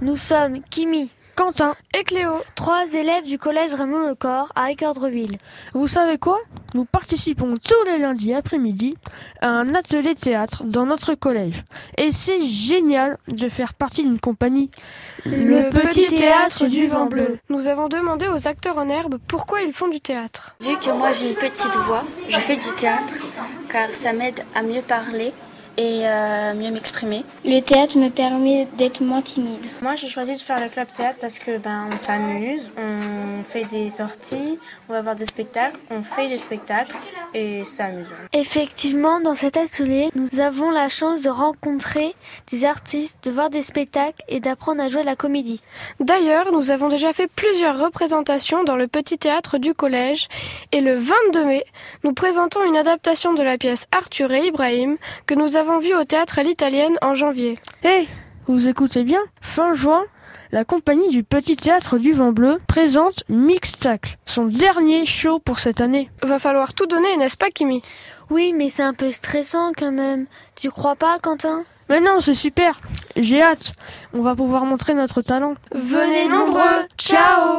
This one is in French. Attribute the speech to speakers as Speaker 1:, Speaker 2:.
Speaker 1: Nous sommes Kimi,
Speaker 2: Quentin et Cléo.
Speaker 1: trois élèves du collège Raymond Lecor à Écordreville.
Speaker 2: Vous savez quoi Nous participons tous les lundis après-midi à un atelier théâtre dans notre collège. Et c'est génial de faire partie d'une compagnie.
Speaker 1: Le petit théâtre du vent bleu.
Speaker 3: Nous avons demandé aux acteurs en herbe pourquoi ils font du théâtre.
Speaker 4: Vu que moi j'ai une petite voix, je fais du théâtre car ça m'aide à mieux parler et à mieux m'exprimer.
Speaker 5: Le théâtre me permet d'être moins timide.
Speaker 6: Moi, j'ai choisi de faire le club théâtre parce que ben on s'amuse, on fait des sorties, on va voir des spectacles, on fait des spectacles et c'est amusant.
Speaker 1: Effectivement, dans cet atelier, nous avons la chance de rencontrer des artistes, de voir des spectacles et d'apprendre à jouer à la comédie.
Speaker 3: D'ailleurs, nous avons déjà fait plusieurs représentations dans le petit théâtre du collège et le 22 mai, nous présentons une adaptation de la pièce Arthur et Ibrahim que nous avons vue au théâtre à l'italienne en janvier.
Speaker 2: Hé, Eh, vous écoutez bien Fin juin, la compagnie du Petit Théâtre du Vent Bleu présente Mixtacle, son dernier show pour cette année.
Speaker 3: Va falloir tout donner, n'est-ce pas Kimi
Speaker 1: Oui, mais c'est un peu stressant quand même. Tu crois pas, Quentin
Speaker 2: Mais non, c'est super J'ai hâte On va pouvoir montrer notre talent.
Speaker 1: Venez nombreux. Ciao